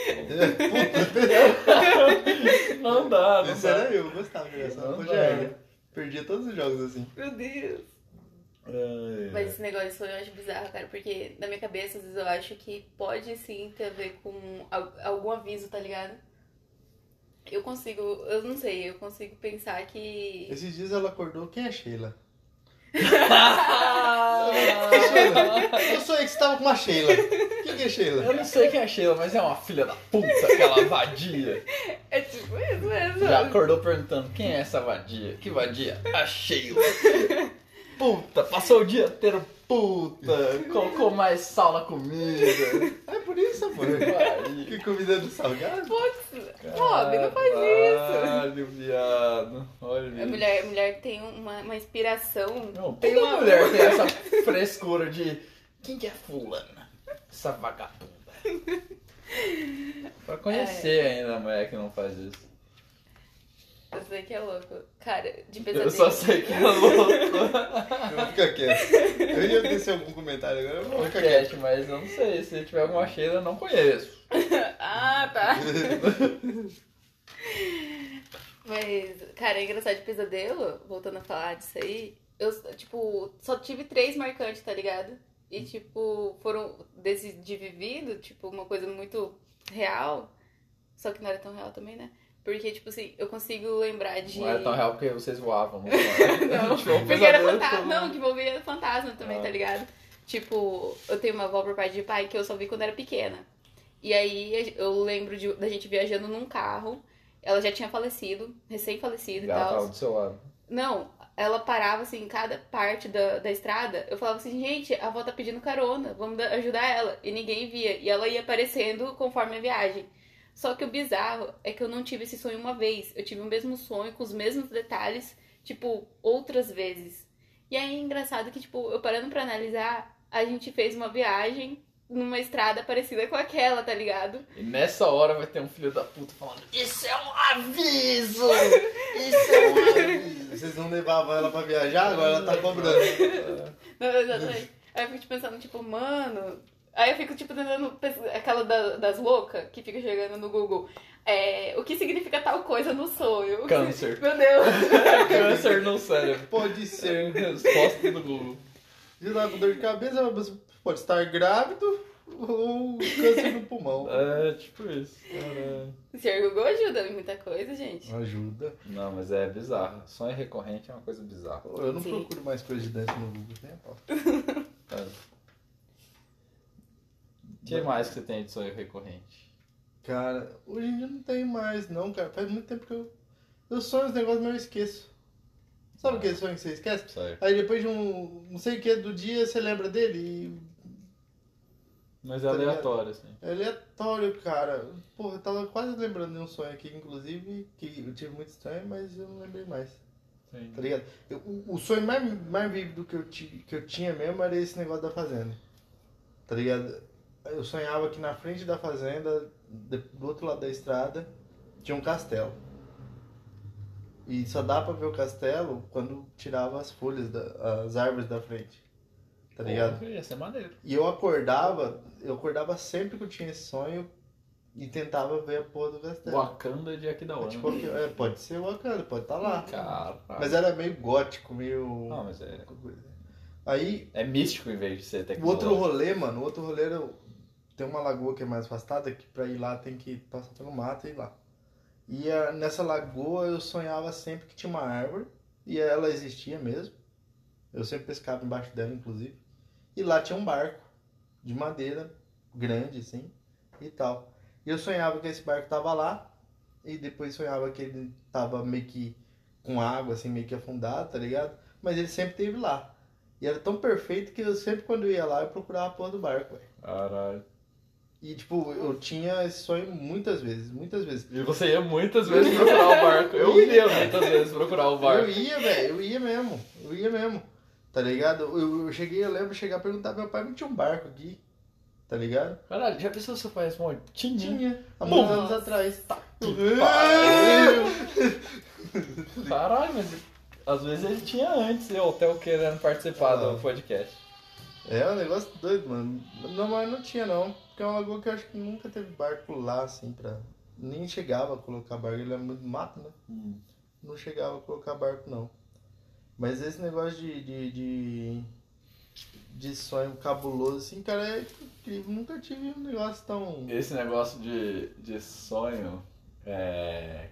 B: Não dá, não
A: Esse
B: dá.
A: era eu, eu gostava dessa.
B: Não
A: Não,
B: dá.
A: Perdia todos os jogos assim.
C: Meu Deus.
B: Ai, <laughs>
C: Mas esse negócio de sonho eu acho bizarro, cara, porque na minha cabeça, às vezes, eu acho que pode sim ter a ver com al- algum aviso, tá ligado? Eu consigo, eu não sei, eu consigo pensar que.
A: Esses dias ela acordou, quem é Sheila?
B: Ah,
A: Eu sonhei que você tava com uma Sheila. Quem que é
B: Eu
A: Sheila?
B: não sei quem é Sheila, mas é uma filha da puta,
C: <laughs>
B: aquela vadia.
C: É tipo isso mesmo.
B: Já acordou perguntando quem é essa vadia? Que vadia? A
C: <laughs>
B: Sheila. Puta, passou o dia inteiro puta, colocou mais sal na comida.
A: É por isso, amor.
B: Pariu.
A: Que comida do salgado?
C: Putz, Bob, não faz isso.
B: Caralho, viado. Olha
C: A mulher, a mulher tem uma, uma inspiração.
B: Não, tem uma mulher que tem essa frescura de quem que é fulana? Essa
C: <laughs>
B: vagabunda. Pra conhecer
C: É.
B: ainda a mulher que não faz isso.
C: Eu sei que é louco. Cara, de
B: Eu
C: pesadelo.
B: só sei que é louco. <laughs>
A: Eu "Ah, vou ficar quieto. Eu ia descer algum comentário agora, eu vou ficar quieto.
B: Cat, mas eu não sei. Se tiver alguma cheira, eu não conheço.
C: Ah, tá. <laughs> Mas, cara, é engraçado de pesadelo, voltando a falar disso aí, eu, tipo, só tive três marcantes, tá ligado? E, tipo, foram desses de vivido, tipo, uma coisa muito real, só que não era tão real também, né? Porque, tipo assim, eu consigo lembrar de...
B: Não era tão real porque vocês voavam. <laughs> Não,
C: Não,
B: Tipo, um
C: porque era
B: pesadelo
C: fantasma.
B: todo
C: Não,
B: mundo.
C: que envolvia fantasma também,
B: Ah.
C: tá ligado? Tipo, eu tenho uma avó por parte de pai que eu só vi quando era pequena. E aí eu lembro de- da gente viajando num carro. Ela já tinha falecido, recém-falecida e
B: Ela
C: tal.
B: tava do seu lado.
C: Não, ela parava assim em cada parte da, da estrada. Eu falava assim, gente, a avó tá pedindo carona, vamos da- ajudar ela. E ninguém via. E ela ia aparecendo conforme a viagem. Só que o bizarro é que eu não tive esse sonho uma vez. Eu tive o mesmo sonho, com os mesmos detalhes, tipo, outras vezes. E aí é engraçado que, tipo, eu parando pra analisar, a gente fez uma viagem numa estrada parecida com aquela, tá ligado?
B: E nessa hora vai ter um filho da puta falando.
A: Isso é um aviso! Isso é um <laughs> aviso! Vocês não levavam ela pra viajar, agora ela tá cobrando.
B: <laughs>
C: Não, exatamente. Aí eu fico tipo, pensando, tipo, mano. Aí eu fico, tipo, tentando. pes- Aquela da- das loucas que fica jogando no Google. É, o que significa tal coisa no sonho? O que-
B: Câncer.
C: <laughs> Meu Deus!
B: <laughs> Câncer no cérebro.
A: Pode ser.
B: Resposta do Google.
A: De lá com dor de cabeça, você pode estar grávido ou câncer no pulmão.
B: É, tipo isso. Caralho.
C: Ser Google ajuda em muita coisa, gente.
A: Ajuda.
B: Não, mas é bizarro. Sonho recorrente é uma coisa bizarra.
A: Pô, Eu não
C: Sim.
A: procuro mais coisa de dança no Google, tem a pau.
B: O que mais que você tem de sonho recorrente?
A: Cara, hoje em dia não tem mais, não, cara. Faz muito tempo que eu. Eu sonho os negócios, mas eu esqueço. Sabe o que é sonho que você esquece?
B: Sério.
A: Aí depois de um não sei o que do dia, você lembra dele e
B: Mas é
A: Tá ligado?
B: aleatório, assim.
A: É aleatório, cara. Porra, eu tava quase lembrando de um sonho aqui, inclusive, que eu tive muito sonho, mas eu não lembrei mais.
B: Sim.
A: Tá ligado? Eu- o, o sonho mais, mais vívido que eu, ti- que eu tinha mesmo era esse negócio da fazenda. Tá ligado? Eu sonhava que na frente da fazenda, de- do outro lado da estrada, tinha um castelo. E só dá pra ver o castelo quando tirava as folhas, da- as árvores da frente. Tá ligado?
B: Porra, Ia ser maneiro.
A: E eu acordava, eu acordava sempre que eu tinha esse sonho e tentava ver a porra do castelo.
B: Wakanda de
A: É,
B: Akidawana.
A: tipo, ok, é, pode ser Wakanda, pode estar lá.
B: Caralho.
A: Mas é- era meio gótico, meio.
B: Não, mas é,
A: Aí,
B: é místico em vez de ser
A: o outro
B: tecnológico.
A: rolê, mano, o outro rolê era. Tem uma lagoa que é mais afastada, que pra ir lá tem que passar pelo mato e ir lá. E ah, nessa lagoa eu sonhava sempre que tinha uma árvore, e ela existia mesmo. Eu sempre pescava embaixo dela, inclusive. E lá tinha um barco de madeira, grande assim, e tal. E eu sonhava que esse barco tava lá, e depois sonhava que ele tava meio que com água, assim, meio que afundado, tá ligado? Mas ele sempre teve lá. E era tão perfeito que eu sempre, quando eu ia lá, eu procurava a porra do barco, velho.
B: Caralho.
A: E, tipo, eu tinha esse sonho muitas vezes, muitas vezes.
B: E você ia muitas vezes procurar o barco.
A: <laughs>
B: Eu ia muitas vezes procurar o
A: Eu
B: barco.
A: ia, velho, eu ia mesmo, eu ia mesmo, tá ligado? Eu, eu cheguei, eu lembro, de chegar e perguntar, meu pai não tinha um barco aqui, tá ligado?
B: Caralho, já pensou se seu pai responde? Tinha.
A: Tinha, há muitos anos
C: Nossa.
A: atrás. Uhum.
B: pariu. Caralho, mas às vezes ele tinha antes, eu até eu querendo participar do
A: Ah.
B: podcast.
A: É um negócio doido, mano. Não, mas não tinha não, porque é uma lagoa que eu acho que nunca teve barco lá, assim, pra... Nem chegava a colocar barco, ele é muito mato, né? Não chegava a colocar barco, não. Mas esse negócio de... de, de... de sonho cabuloso, assim, cara, é incrível. Nunca tive um negócio tão.
B: Esse negócio de, de sonho é,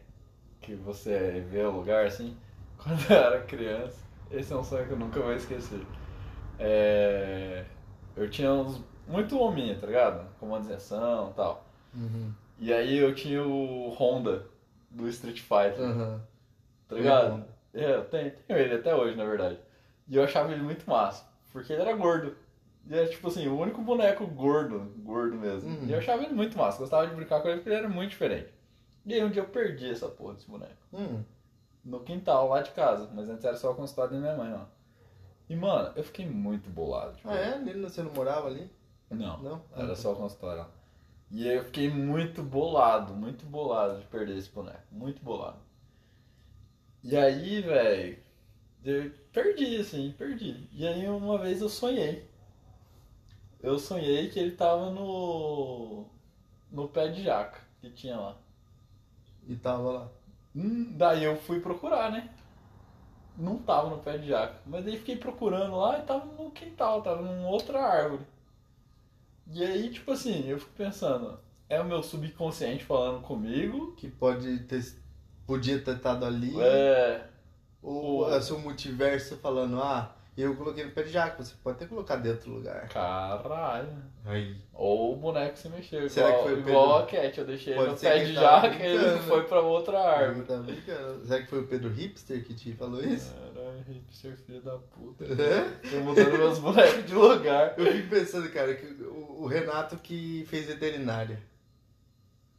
B: que você vê o lugar assim, <laughs> quando eu era criança, esse é um sonho que eu nunca vou esquecer. É, eu tinha uns. Muito hominho, tá ligado? Comando de ação e tal.
A: Uhum.
B: E aí eu tinha o Honda do Street Fighter,
A: Aham.
B: tá
A: Uhum.
B: ligado? É, eu tenho, tenho ele até hoje, na verdade. E eu achava ele muito massa, porque ele era gordo. E era tipo assim, o único boneco gordo, gordo mesmo.
A: Uhum.
B: E eu achava ele muito massa, gostava de brincar com ele porque ele era muito diferente. E aí um dia eu perdi essa porra desse boneco.
A: Hum.
B: No quintal lá de casa, mas antes era só consultado da minha mãe, ó. E mano, eu fiquei muito bolado. Tipo,
A: Ah, é? Ele, você não morava ali?
B: Não.
A: Não?
B: Era só o consultório. lá. E aí eu fiquei muito bolado, muito bolado de perder esse boneco. Muito bolado. E aí, velho, eu perdi, assim, perdi. E aí uma vez eu sonhei. Eu sonhei que ele tava no. no pé de jaca que tinha lá.
A: E tava lá.
B: Hum, daí eu fui procurar, né? Não tava no pé de jaca. Mas daí fiquei procurando lá e tava no quintal, tava numa outra árvore. E aí, tipo assim, eu fico pensando, é o meu subconsciente falando comigo?
A: Que pode ter. Podia ter estado ali.
B: É.
A: Ou
B: Ou-
A: é seu multiverso falando, ah, eu coloquei no pé de jaca, você pode até colocar dentro do lugar.
B: Caralho.
A: Aí.
B: Ou o boneco se mexeu,
A: Será que
B: igual,
A: foi o
B: igual
A: Pedro?
B: a Cat, eu deixei
A: Pode
B: ele no
A: ser
B: pé
A: que
B: de
A: ele tava
B: jaca e ele
A: brincando.
B: foi pra outra árvore.
A: Tá brincando. Será que foi o Pedro Hipster que te falou isso?
B: Caralho, hipster filho da puta.
A: É?
B: Tô mudando meus bonecos de
A: <laughs>
B: lugar.
A: Eu fico pensando, cara, que o, o Renato que fez veterinária.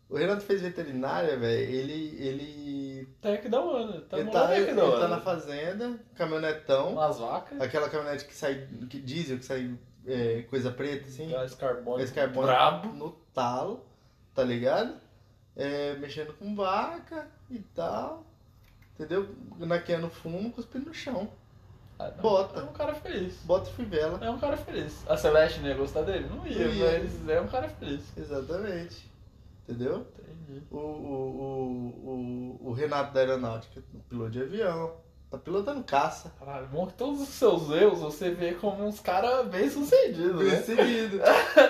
A: O Renato fez veterinária, velho, ele. ele.
B: Tech da Ana, tá
A: ele,
B: morando
A: tá,
B: Tech
A: ele
B: da
A: tá na
B: Ana.
A: fazenda, caminhonetão.
B: Umas vacas.
A: Aquela caminhonete que sai. Que diesel que sai é, coisa preta, assim.
B: Gás carbônico.
A: Esse carbono
B: um Brabo.
A: no talo, tá ligado? É, mexendo com vaca e tal. Entendeu? Naqueando fumo, cuspindo no chão.
B: Ah, não.
A: Bota.
B: É um cara feliz.
A: Bota fivela.
B: É um cara feliz. A Celeste não ia gostar dele? Não ia,
A: Não ia.
B: mas é um cara feliz.
A: Exatamente. Entendeu?
B: Entendi.
A: O, o, o, o, o Renato da Aeronáutica, piloto de avião, tá pilotando caça.
B: Caralho, bom que todos os seus erros você vê como uns caras bem
A: <laughs>
B: sucedidos, né?
A: Perseguido.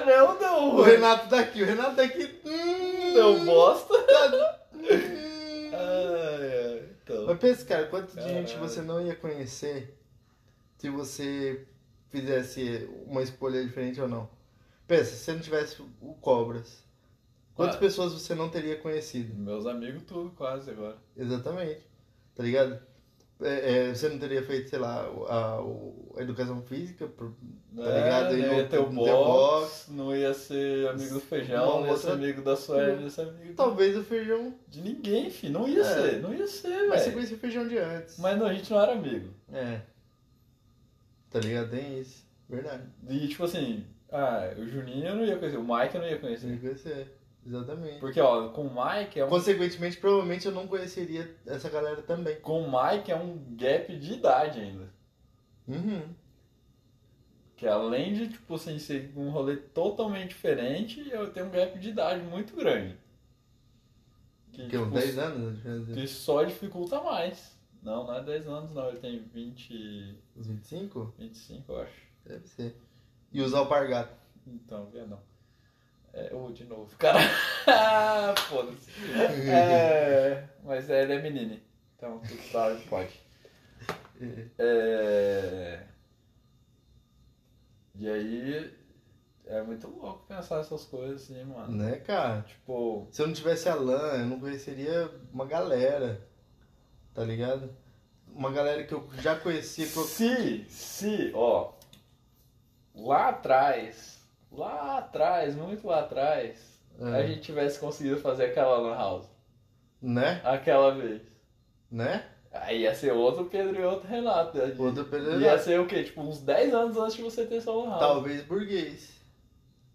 B: não, <laughs> não. é.
A: O Renato daqui, o Renato daqui. Hum,
B: Não bosta.
A: hum.
B: Ai, ai, então.
A: Mas pensa, cara, quanto de gente
B: Caralho.
A: você não ia conhecer se você fizesse uma escolha diferente ou não? Pensa, se você não tivesse o Cobras, quantas
B: Ah.
A: pessoas você não teria conhecido?
B: Meus amigos tudo quase agora.
A: Exatamente. Tá ligado? É, é, você não teria feito, sei lá, o- a, o- a educação física? por-
B: Tá
A: ligado? E
B: Não
A: não-
B: ia ter o
A: não ter o
B: box, não ia ser amigo do feijão,
A: Uma
B: não ia ser
A: outra-
B: amigo da Sueli, não ia ser amigo
A: Talvez o feijão.
B: de ninguém, fi. Não ia
A: É.
B: ser, não ia ser,
A: Mas você
B: velho.
A: conhecia o feijão de antes.
B: É. Mas não, a gente não era amigo.
A: É. Tá ligado? Tem isso. Verdade.
B: E tipo assim, ah, o Juninho eu não ia conhecer, o Mike eu não ia
A: Você não
B: conhecer.
A: conhecia. Exatamente.
B: Porque, ó, com o Mike é um.
A: Consequentemente, provavelmente eu não conheceria essa galera também.
B: Com o Mike é um gap de idade ainda.
A: Uhum.
B: Que além de, tipo assim, ser um rolê totalmente diferente, eu tenho um gap de idade muito grande.
A: Porque
B: tipo,
A: uns 10 anos, né? a diferença de-
B: Que só dificulta mais. Não, não é 10 anos não, ele tem 20,
A: uns 25?
B: 25, eu acho.
A: Deve ser. E usar o pargato.
B: Então, é não. É, ô, de novo, cara. <laughs> Ah, Foda-se. É, mas ele é menino. Então, tudo sabe, pode. É... E aí, é muito louco pensar essas coisas assim, mano.
A: Né, cara?
B: Tipo,
A: Se eu não tivesse a LAN, eu não conheceria uma galera. Tá ligado? Uma galera que eu já conhecia. Que eu...
B: tipo, Se, se, ó, lá atrás, lá atrás, muito lá atrás, a
A: É,
B: gente tivesse conseguido fazer aquela lan house,
A: né?
B: aquela vez,
A: Né?
B: aí ia ser outro Pedro e outro Renato. né?
A: Outro Pedro e
B: Ia
A: Renato.
B: ser o quê? Tipo, uns 10 anos antes de você ter um sua lan house.
A: Talvez burguês.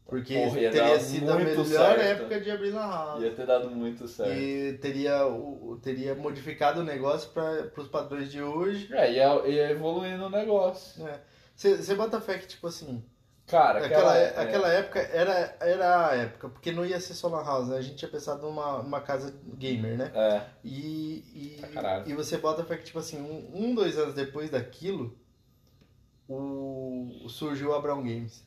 A: Porque
B: Porra, ia
A: teria
B: dar
A: sido a
B: muito
A: melhor
B: certo.
A: época de abrir lan house.
B: Ia ter dado muito certo.
A: E teria, o- teria modificado o negócio para os padrões de hoje.
B: É, ia, ia evoluindo o negócio.
A: Você bota fé que, tipo assim,
B: Cara,
A: aquela,
B: é-
A: aquela época era, era a época, porque não ia ser só lan house, né? A gente tinha pensado numa, numa casa gamer, né?
B: É,
A: E, e,
B: Pra caralho.
A: e você bota fé que, tipo assim, um, um, dois anos depois daquilo, o, surgiu o Abraão Games,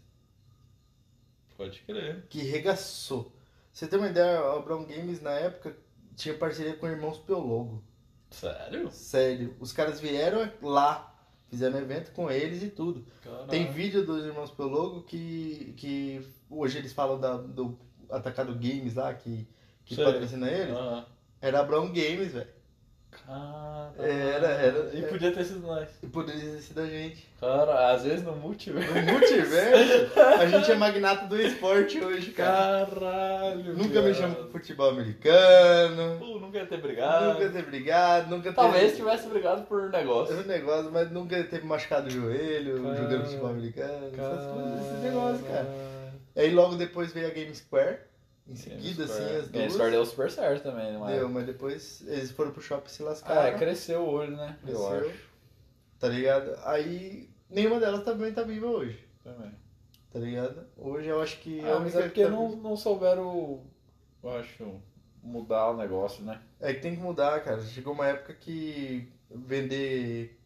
B: pode crer.
A: que regaçou. Você tem uma ideia, o Abraão Games na época tinha parceria com Irmãos Piologo.
B: Sério?
A: Sério, os caras vieram lá, fizeram evento com eles e tudo.
B: Caralho.
A: Tem vídeo dos Irmãos pelo logo que, que hoje eles falam da- do Atacado Games lá, que, que
B: Sei.
A: patrocina eles.
B: Ah,
A: Era Abraão Games, velho.
B: caralho.
A: Era- era- é.
B: E podia ter sido nós.
A: E poderia ter sido a gente.
B: Cara, às vezes no multiverso.
A: No
B: <laughs>
A: multiverso, a gente é magnata do esporte hoje, cara.
B: Caralho.
A: nunca me
B: viado.
A: chamou pro futebol americano,
B: Pô, nunca ia ter brigado.
A: nunca ter brigado, nunca ter...
B: Talvez tivesse brigado por negócio.
A: Era um negócio, mas nunca teve machucado o joelho,
B: Cara.
A: jogando futebol americano, essas coisas, esses negócios, cara.
B: Caralho.
A: Aí logo depois veio a Game Square, em
B: Game
A: seguida, assim,
B: Square.
A: as
B: Game
A: duas.
B: Square deu super certo também, não é?
A: Deu, mas depois eles foram pro shopping e se
B: Ah,
A: lascaram.
B: é, cresceu o olho, né? Eu
A: Cresceu.
B: acho.
A: Tá ligado? Aí nenhuma delas também tá viva hoje.
B: Também.
A: Tá ligado? Hoje eu acho que
B: Ah, mas é
A: que
B: porque
A: tá
B: não,
A: viva-
B: não souberam, eu acho, mudar o negócio, né?
A: É que tem que mudar, cara. Chegou uma época que vender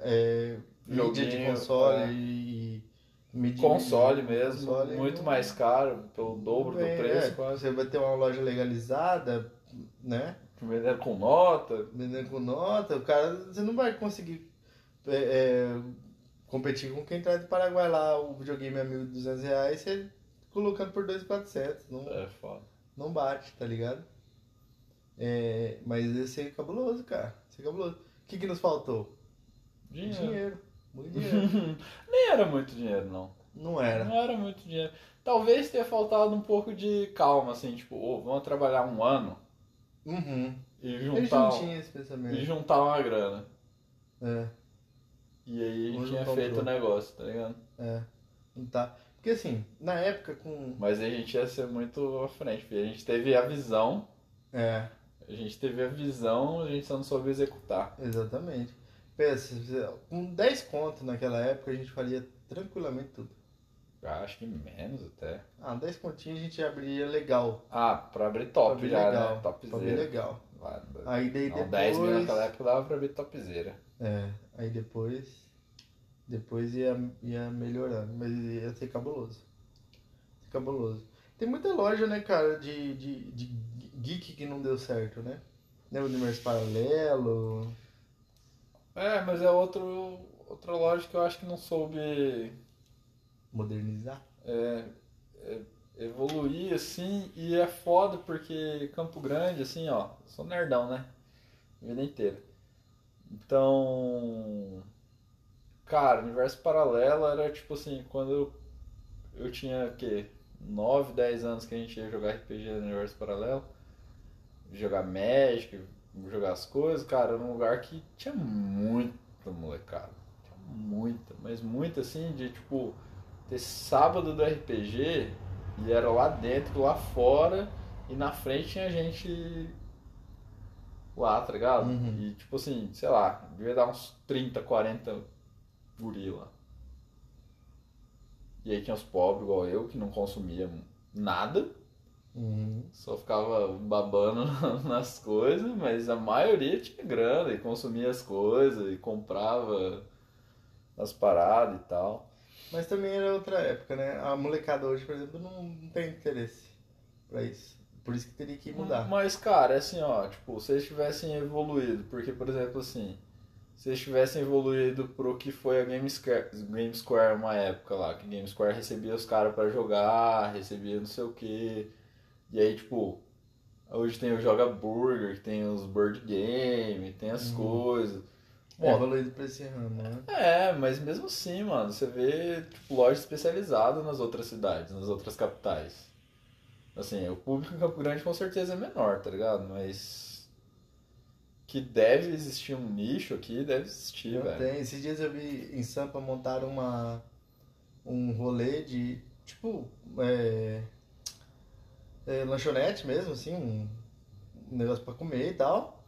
A: é, mídia de
B: Joguinho,
A: console
B: é.
A: e. mídia-
B: Console mesmo,
A: console é um
B: muito
A: não-
B: mais caro, pelo dobro
A: Bem,
B: do preço,
A: é,
B: quase.
A: Você vai ter uma loja legalizada, né?
B: Vendendo com nota,
A: vendendo com nota, o cara, você não vai conseguir é, é, competir com quem traz do Paraguai lá o videogame é a 1.200 reais, você colocando por 2.400, não,
B: É foda.
A: não bate, tá ligado? É, mas esse é cabuloso, cara, esse é cabuloso. O que que nos faltou?
B: Dinheiro.
A: Dinheiro, muito
B: <laughs>
A: dinheiro.
B: Nem era muito dinheiro, não.
A: não era.
B: Não era muito dinheiro. Talvez tenha faltado um pouco de calma, assim, tipo, ô, vamos trabalhar um ano
A: Uhum.
B: e
A: Eles não
B: juntar, um-
A: tinham né? esse
B: e
A: pensamento.
B: juntar uma grana.
A: É,
B: E aí a gente
A: Hoje
B: tinha
A: não
B: feito o
A: comprou.
B: negócio, tá ligado?
A: é. Tá? Porque assim, na época com.
B: Mas a gente ia ser muito à frente, porque a gente teve a visão,
A: É,
B: a gente teve a visão, a gente só não soube executar.
A: exatamente. Pensa, com 10 conto naquela época a gente faria tranquilamente tudo.
B: Eu acho que menos até.
A: Ah, 10 continhos a gente abriria legal.
B: Ah, pra abrir top
A: Pra abrir
B: já,
A: legal.
B: né?
A: Pra bem
B: Topzera.
A: legal.
B: Lá,
A: Aí daí
B: não,
A: depois.
B: 10 mil naquela época dava pra abrir topzera.
A: É, aí depois. Depois ia, ia melhorando, mas ia ser cabuloso. Ser cabuloso. Tem muita loja, né, cara, de, de, de geek que não deu certo, né? Né, Universo Paralelo.
B: É, mas é outro, outra loja que eu acho que não soube
A: Modernizar.
B: evoluir assim e é foda porque Campo Grande assim ó eu sou nerdão né A vida inteira então cara universo paralelo era tipo assim quando eu, eu tinha o quê 9, 10 anos que a gente ia jogar RPG no universo paralelo jogar Magic jogar as coisas cara era um lugar que tinha muito molecada tinha muita mas muita assim de tipo ter sábado do RPG e era lá dentro, lá fora, e na frente tinha gente lá, tá ligado?
A: Uhum.
B: E tipo assim, sei lá, devia dar uns 30, 40 guri lá. E aí tinha os pobres igual eu, que não consumia nada,
A: Uhum.
B: só ficava babando <laughs> nas coisas, mas a maioria tinha grana e consumia as coisas e comprava as paradas e tal.
A: Mas também era outra época, né? A molecada hoje, por exemplo, não tem interesse pra isso. Por isso que teria que mudar.
B: Mas, cara, assim, ó, tipo, se eles tivessem evoluído, porque, por exemplo, assim, se eles tivessem evoluído pro que foi a Game Square, Game Square uma época lá, que Game Square recebia os caras pra jogar, recebia não sei o quê, e aí, tipo, hoje tem o Joga Burger, tem os Board Game, tem as
A: Uhum.
B: coisas.
A: É
B: Bom,
A: valorido pra esse ramo, né?
B: é, mas mesmo assim, mano, você vê tipo, loja especializada nas outras cidades, nas outras capitais. Assim, o público em Campo Grande com certeza é menor, tá ligado? Mas que deve existir um nicho aqui, deve existir,
A: Não
B: velho.
A: tem. Esses dias eu vi em Sampa montar uma um rolê de tipo é, é, lanchonete mesmo, assim, um um negócio pra comer e tal.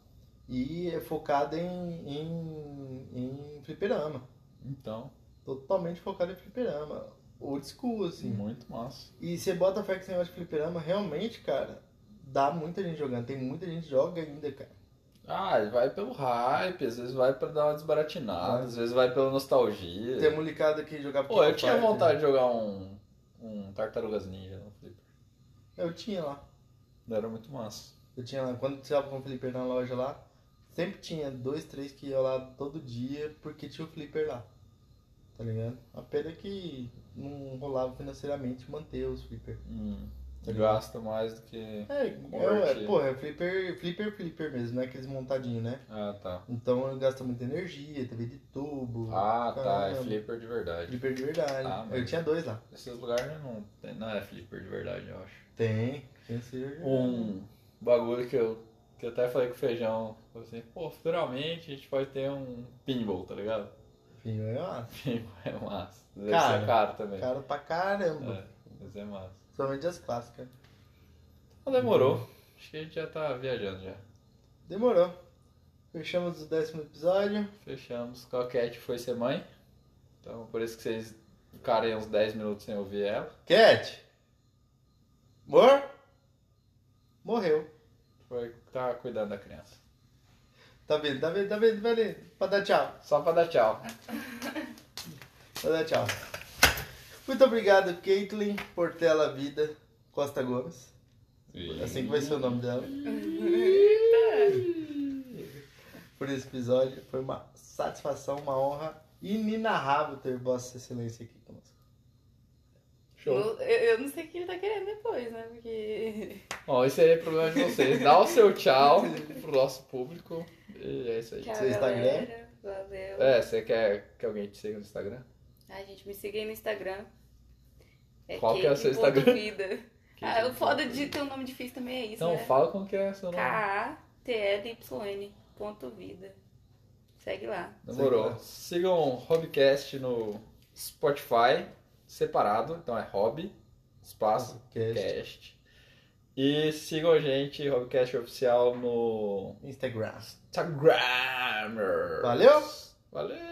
A: E é focado em, em, em fliperama.
B: Então,
A: Totalmente focado em fliperama. Old school, assim.
B: muito massa.
A: E você bota a fé que esse negócio de fliperama, realmente, cara, dá muita gente jogando. Tem muita gente que joga ainda, cara.
B: Ah, ele vai pelo hype, às vezes vai pra dar uma desbaratinada,
A: É.
B: às vezes vai pela nostalgia.
A: Tem um a molecada que jogava
B: Pô, eu
A: King
B: tinha
A: Fighter.
B: vontade de jogar um, um Tartarugas Ninja no Flipper.
A: né? Eu tinha lá.
B: Era muito massa.
A: Eu tinha lá, quando eu tava com o Flipper na loja lá, sempre tinha dois, três que iam lá todo dia porque tinha o Flipper lá. Tá ligado? A pena é que não rolava financeiramente manter os Flipper.
B: Hum,
A: Tá ligado?
B: gasta mais do que.
A: É,
B: Morte.
A: é, é porra, é Flipper, Flipper, Flipper mesmo, não é aqueles montadinhos, né?
B: Ah, tá.
A: Então gasta muita energia, TV de tubo.
B: Ah, tá. É
A: caramba.
B: flipper de verdade.
A: Flipper de verdade.
B: Ah, mas-
A: eu tinha dois lá.
B: Esses lugares né, não, tem- não é flipper de verdade, eu acho.
A: Tem, tem esse de verdade.
B: Um bagulho que eu, que eu até falei com o feijão. Falei assim, pô, futuramente a gente pode ter um pinball, tá ligado? <laughs>
A: Enfim, é massa.
B: Pinball é massa. Deve
A: Cara,
B: ser né? caro também.
A: Cara pra caramba.
B: É, mas é massa.
A: Principalmente as clássicas.
B: Então demorou. Acho que a gente já tá viajando já.
A: Demorou. Fechamos o décimo episódio.
B: Fechamos. Coquete foi ser mãe. Então por isso que vocês ficarem uns 10 minutos sem ouvir ela.
A: Cat! Mor? Morreu.
B: Foi tá cuidando da criança.
A: Tá vendo, tá vendo, tá vendo, tá vendo. Pra dar tchau,
B: Só pra dar tchau.
A: pra dar tchau. Muito obrigado, Caitlin Portela Vida Costa Gomes. É Assim que vai ser o nome dela. Por esse episódio. Foi uma satisfação, uma honra inenarrável ter Vossa Excelência aqui conosco.
B: Show.
C: Eu, eu não sei o que ele tá querendo depois, né?
B: <laughs>
C: Porque.
B: Bom, esse aí é problema de vocês. Dá o seu tchau pro nosso público. E é isso aí.
C: Tchau,
A: Seu Instagram?
C: galera. Valeu.
B: É, você quer que alguém te siga no Instagram?
C: Ai, gente, me siga aí no Instagram. É
B: Qual que é o seu
C: Kate ponto
B: Instagram? <laughs>
C: Vida. Ah, o foda de ter um nome difícil também é isso,
B: Então
C: né?
B: fala como que é seu nome.
C: K-A-T-L-Y-N. Ponto vida. Segue lá.
B: Demorou. Sigam o Hobcast no Spotify. separado, então é Hobby, espaço,
A: Podcast,
B: cast. E sigam a gente, Hobbycast Oficial, no
A: Instagram.
B: Instagram.
A: Valeu?
B: Valeu!